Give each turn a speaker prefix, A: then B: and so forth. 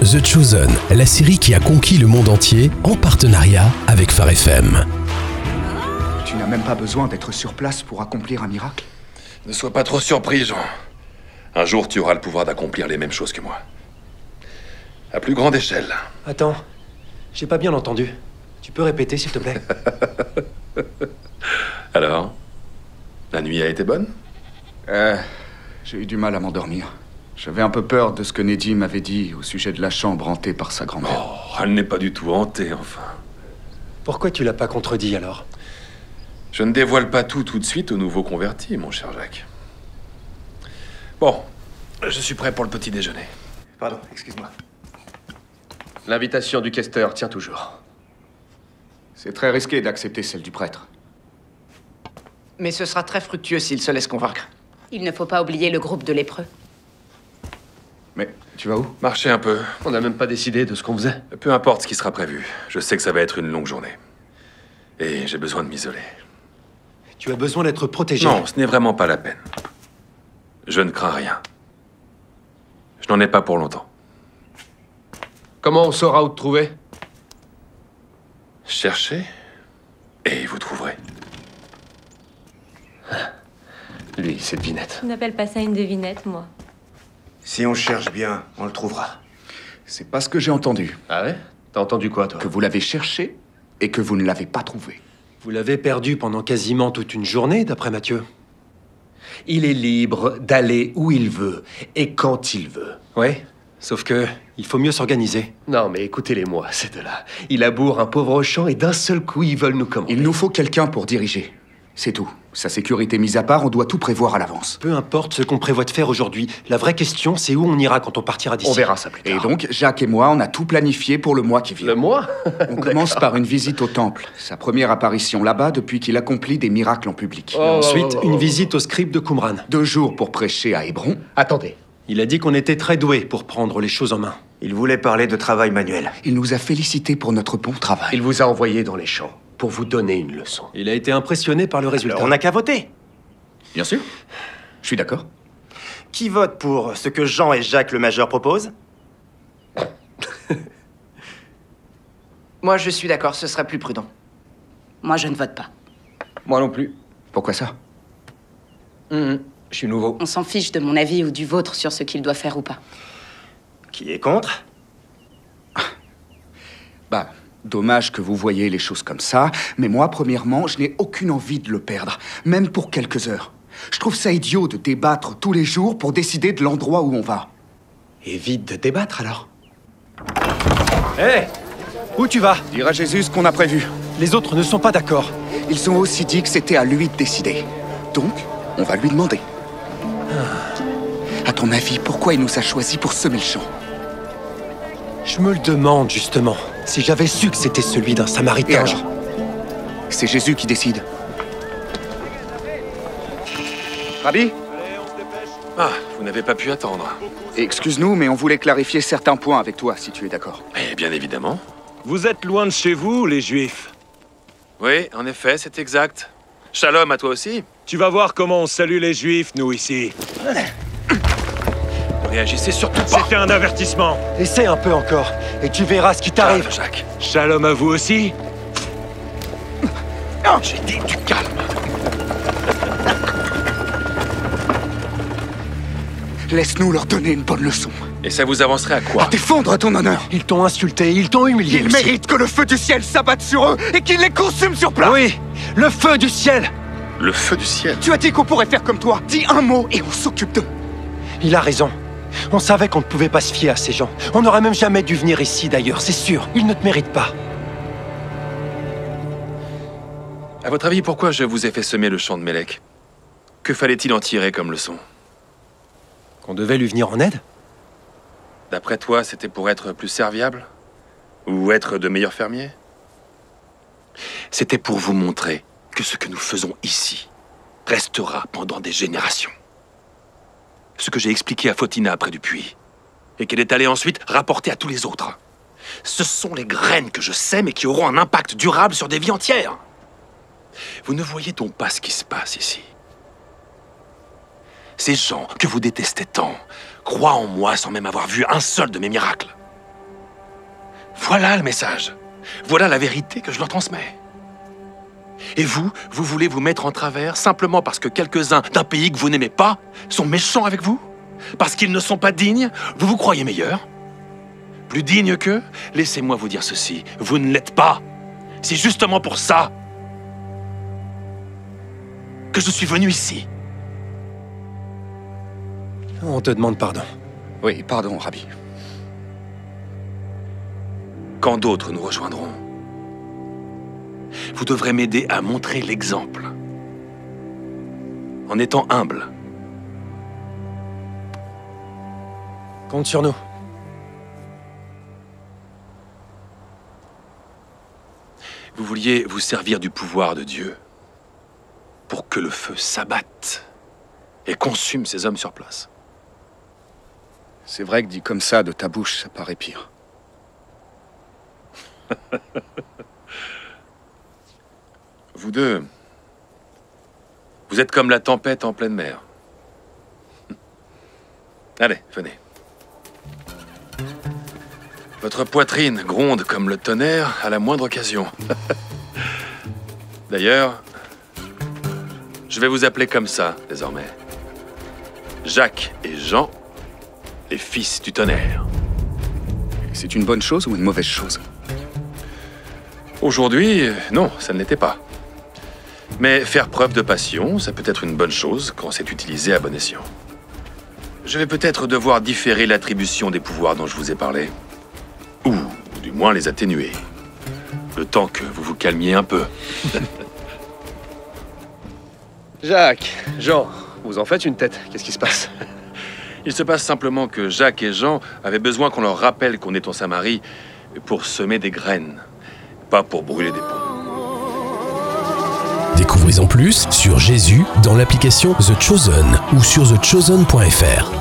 A: The Chosen, la série qui a conquis le monde entier en partenariat avec Phare FM.
B: Tu n'as même pas besoin d'être sur place pour accomplir un miracle.
C: Ne sois pas trop surpris, Jean. Un jour, tu auras le pouvoir d'accomplir les mêmes choses que moi. À plus grande échelle.
D: Attends, j'ai pas bien entendu. Tu peux répéter, s'il te plaît
C: Alors La nuit a été bonne
B: Euh, j'ai eu du mal à m'endormir. J'avais un peu peur de ce que Neddy m'avait dit au sujet de la chambre hantée par sa grand-mère.
C: Oh, elle n'est pas du tout hantée, enfin.
D: Pourquoi tu l'as pas contredit alors
C: Je ne dévoile pas tout tout de suite au nouveau converti, mon cher Jacques. Bon, je suis prêt pour le petit déjeuner.
E: Pardon, excuse-moi.
F: L'invitation du questeur tient toujours.
B: C'est très risqué d'accepter celle du prêtre.
G: Mais ce sera très fructueux s'il se laisse convaincre.
H: Il ne faut pas oublier le groupe de lépreux.
B: Mais tu vas où
C: Marchez un peu.
F: On n'a même pas décidé de ce qu'on faisait.
C: Peu importe ce qui sera prévu. Je sais que ça va être une longue journée. Et j'ai besoin de m'isoler.
D: Tu as besoin d'être protégé.
C: Non, ce n'est vraiment pas la peine. Je ne crains rien. Je n'en ai pas pour longtemps.
F: Comment on saura où te trouver
C: Cherchez et vous trouverez.
F: Lui, cette devinette.
I: Je n'appelle pas ça une devinette, moi.
E: Si on cherche bien, on le trouvera.
B: C'est pas ce que j'ai entendu.
F: Ah ouais T'as entendu quoi, toi
B: Que vous l'avez cherché et que vous ne l'avez pas trouvé.
D: Vous l'avez perdu pendant quasiment toute une journée, d'après Mathieu.
E: Il est libre d'aller où il veut et quand il veut.
D: Ouais, sauf que il faut mieux s'organiser.
F: Non, mais écoutez-les-moi, ces deux-là. Il abourre un pauvre champ et d'un seul coup, ils veulent nous commander.
B: Il nous faut quelqu'un pour diriger. C'est tout. Sa sécurité mise à part, on doit tout prévoir à l'avance.
D: Peu importe ce qu'on prévoit de faire aujourd'hui, la vraie question c'est où on ira quand on partira d'ici.
F: On verra ça plus
B: Et
F: tard.
B: donc, Jacques et moi, on a tout planifié pour le mois qui vient.
F: Le mois
B: On commence par une visite au temple, sa première apparition là-bas depuis qu'il accomplit des miracles en public.
E: Oh,
D: Et
F: Oh.
D: ensuite, une visite au scribe de Qumran.
B: Deux jours pour prêcher à Hébron.
F: Attendez.
D: Il a dit qu'on était très doués pour prendre les choses en main.
E: Il voulait parler de travail manuel.
B: Il nous a félicités pour notre bon travail.
F: Il vous a envoyé dans les champs pour vous donner une leçon.
D: Il a été impressionné par le résultat.
E: Alors, on n'a qu'à voter.
B: Bien sûr. Je suis d'accord.
E: Qui vote pour ce que Jean et Jacques le Majeur proposent
G: Moi, je suis d'accord, ce serait plus prudent.
H: Moi, je ne vote pas.
J: Moi non plus.
B: Pourquoi ça
J: Hum, hum, Je suis nouveau.
H: On s'en fiche de mon avis ou du vôtre sur ce qu'il doit faire ou pas.
E: Qui est contre
B: Bah, dommage que vous voyez les choses comme ça, mais moi, premièrement, je n'ai aucune envie de le perdre, même pour quelques heures. Je trouve ça idiot de débattre tous les jours pour décider de l'endroit où on va.
E: Évite de débattre alors.
D: Hé Où tu vas
B: Dire à Jésus ce qu'on a prévu.
D: Les autres ne sont pas d'accord.
B: Ils ont aussi dit que c'était à lui de décider. Donc, on va lui demander. À ton avis, pourquoi il nous a choisis pour semer le champ
D: Je me le demande justement. Si j'avais su que c'était celui d'un
B: Et
D: samaritain.
B: alors C'est Jésus qui décide. Rabbi
C: Ah, vous n'avez pas pu attendre.
B: Excuse-nous, mais on voulait clarifier certains points avec toi, si tu es d'accord.
C: Mais bien évidemment.
K: Vous êtes loin de chez vous, les Juifs.
C: Oui, en effet, c'est exact. Shalom à toi aussi.
K: Tu vas voir comment on salue les Juifs, nous, ici.
C: Réagissez surtout pas.
K: C'était un avertissement.
D: Essaie un peu encore, et tu verras ce qui t'arrive.
C: Calme, Jacques.
K: Shalom à vous aussi.
C: J'ai dit du calme.
B: Laisse-nous leur donner une bonne leçon.
C: Et ça vous avancerait à quoi
B: À défendre ton honneur.
D: Ils t'ont insulté, ils t'ont humilié.
B: Ils
D: aussi.
B: méritent que le feu du ciel s'abatte sur eux et qu'il les consume sur place.
D: Oui Le feu du ciel
C: Le feu du ciel.
B: Tu as dit qu'on pourrait faire comme toi. Dis un mot et on s'occupe d'eux.
D: Il a raison. On savait qu'on ne pouvait pas se fier à ces gens. On n'aurait même jamais dû venir ici d'ailleurs, c'est sûr. Ils ne te méritent pas.
C: À votre avis, pourquoi je vous ai fait semer le champ de Mélec Que fallait-il en tirer comme leçon
D: Qu'on devait lui venir en aide
C: D'après toi, c'était pour être plus serviable Ou être de meilleurs fermiers C'était pour vous montrer que ce que nous faisons ici restera pendant des générations. Ce que j'ai expliqué à Fotina près du puits, et qu'elle est allée ensuite rapporter à tous les autres. Ce sont les graines que je sème et qui auront un impact durable sur des vies entières. Vous ne voyez donc pas ce qui se passe ici Ces gens que vous détestez tant croient en moi sans même avoir vu un seul de mes miracles. Voilà le message. Voilà la vérité que je leur transmets. Et vous, vous voulez vous mettre en travers simplement parce que quelques-uns d'un pays que vous n'aimez pas sont méchants avec vous Parce qu'ils ne sont pas dignes Vous vous croyez meilleur Plus digne qu'eux Laissez-moi vous dire ceci, vous ne l'êtes pas. C'est justement pour ça que je suis venu ici.
D: On te demande pardon.
B: Oui, pardon, Rabbi.
C: Quand d'autres nous rejoindront, vous devrez m'aider à montrer l'exemple. En étant humble.
D: Compte sur nous.
C: Vous vouliez vous servir du pouvoir de Dieu pour que le feu s'abatte et consume ces hommes sur place.
B: C'est vrai que dit comme ça de ta bouche, ça paraît pire.
C: Vous deux, vous êtes comme la tempête en pleine mer. Allez, venez. Votre poitrine gronde comme le tonnerre à la moindre occasion. D'ailleurs, je vais vous appeler comme ça désormais. Jacques et Jean, les fils du tonnerre.
B: C'est une bonne chose ou une mauvaise chose
C: Aujourd'hui, euh, non, ça ne l'était pas. Mais faire preuve de passion, ça peut être une bonne chose quand c'est utilisé à bon escient. Je vais peut-être devoir différer l'attribution des pouvoirs dont je vous ai parlé. Ou, du moins, les atténuer. Le temps que vous vous calmiez un peu.
F: Jacques, Jean, vous en faites une tête. Qu'est-ce qui se passe
C: Il se passe simplement que Jacques et Jean avaient besoin qu'on leur rappelle qu'on est en Samarie pour semer des graines, pas pour brûler des ponts.
A: Découvrez en plus sur Jésus dans l'application The Chosen ou sur thechosen.fr.